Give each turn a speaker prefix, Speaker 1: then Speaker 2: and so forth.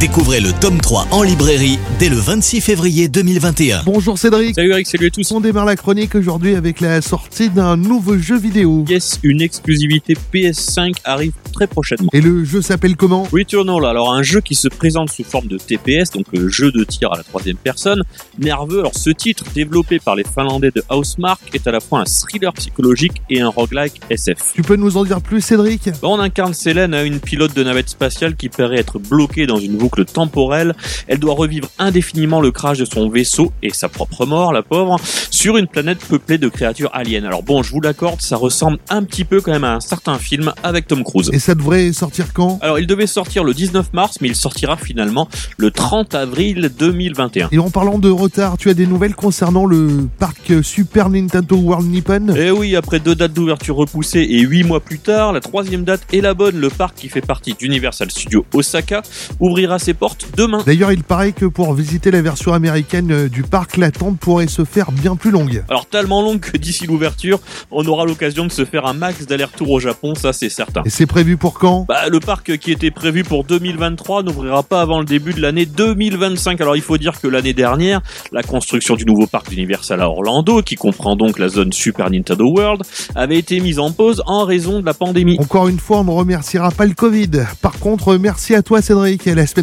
Speaker 1: Découvrez le tome 3 en librairie dès le 26 février 2021.
Speaker 2: Bonjour Cédric.
Speaker 3: Salut Eric, salut à tous.
Speaker 2: On démarre la chronique aujourd'hui avec la sortie d'un nouveau jeu vidéo.
Speaker 3: Yes, une exclusivité PS5 arrive très prochainement.
Speaker 2: Et le jeu s'appelle comment
Speaker 3: Returnal, alors un jeu qui se présente sous forme de TPS, donc euh, jeu de tir à la troisième personne, nerveux. Alors ce titre, développé par les Finlandais de Housemark, est à la fois un thriller psychologique et un roguelike SF.
Speaker 2: Tu peux nous en dire plus Cédric
Speaker 3: On incarne Célène, une pilote de navette spatiale qui paraît être bloquée dans une boucle temporelle. Elle doit revivre indéfiniment le crash de son vaisseau et sa propre mort, la pauvre, sur une planète peuplée de créatures aliens. Alors bon, je vous l'accorde, ça ressemble un petit peu quand même à un certain film avec Tom Cruise.
Speaker 2: Et ça devrait sortir quand
Speaker 3: Alors, il devait sortir le 19 mars, mais il sortira finalement le 30 avril 2021.
Speaker 2: Et en parlant de retard, tu as des nouvelles concernant le parc Super Nintendo World Nippon
Speaker 3: Et Eh oui, après deux dates d'ouverture repoussées et huit mois plus tard, la troisième date est la bonne. Le parc qui fait partie d'Universal Studios Osaka ouvrira ses portes demain.
Speaker 2: D'ailleurs, il paraît que pour visiter la version américaine euh, du parc, l'attente pourrait se faire bien plus longue.
Speaker 3: Alors tellement longue que d'ici l'ouverture, on aura l'occasion de se faire un max d'aller-retour au Japon, ça c'est certain.
Speaker 2: Et c'est prévu pour quand
Speaker 3: Bah, le parc qui était prévu pour 2023 n'ouvrira pas avant le début de l'année 2025. Alors il faut dire que l'année dernière, la construction du nouveau parc d'Universal à Orlando, qui comprend donc la zone Super Nintendo World, avait été mise en pause en raison de la pandémie.
Speaker 2: Encore une fois, on ne remerciera pas le Covid. Par contre, merci à toi Cédric et à la semaine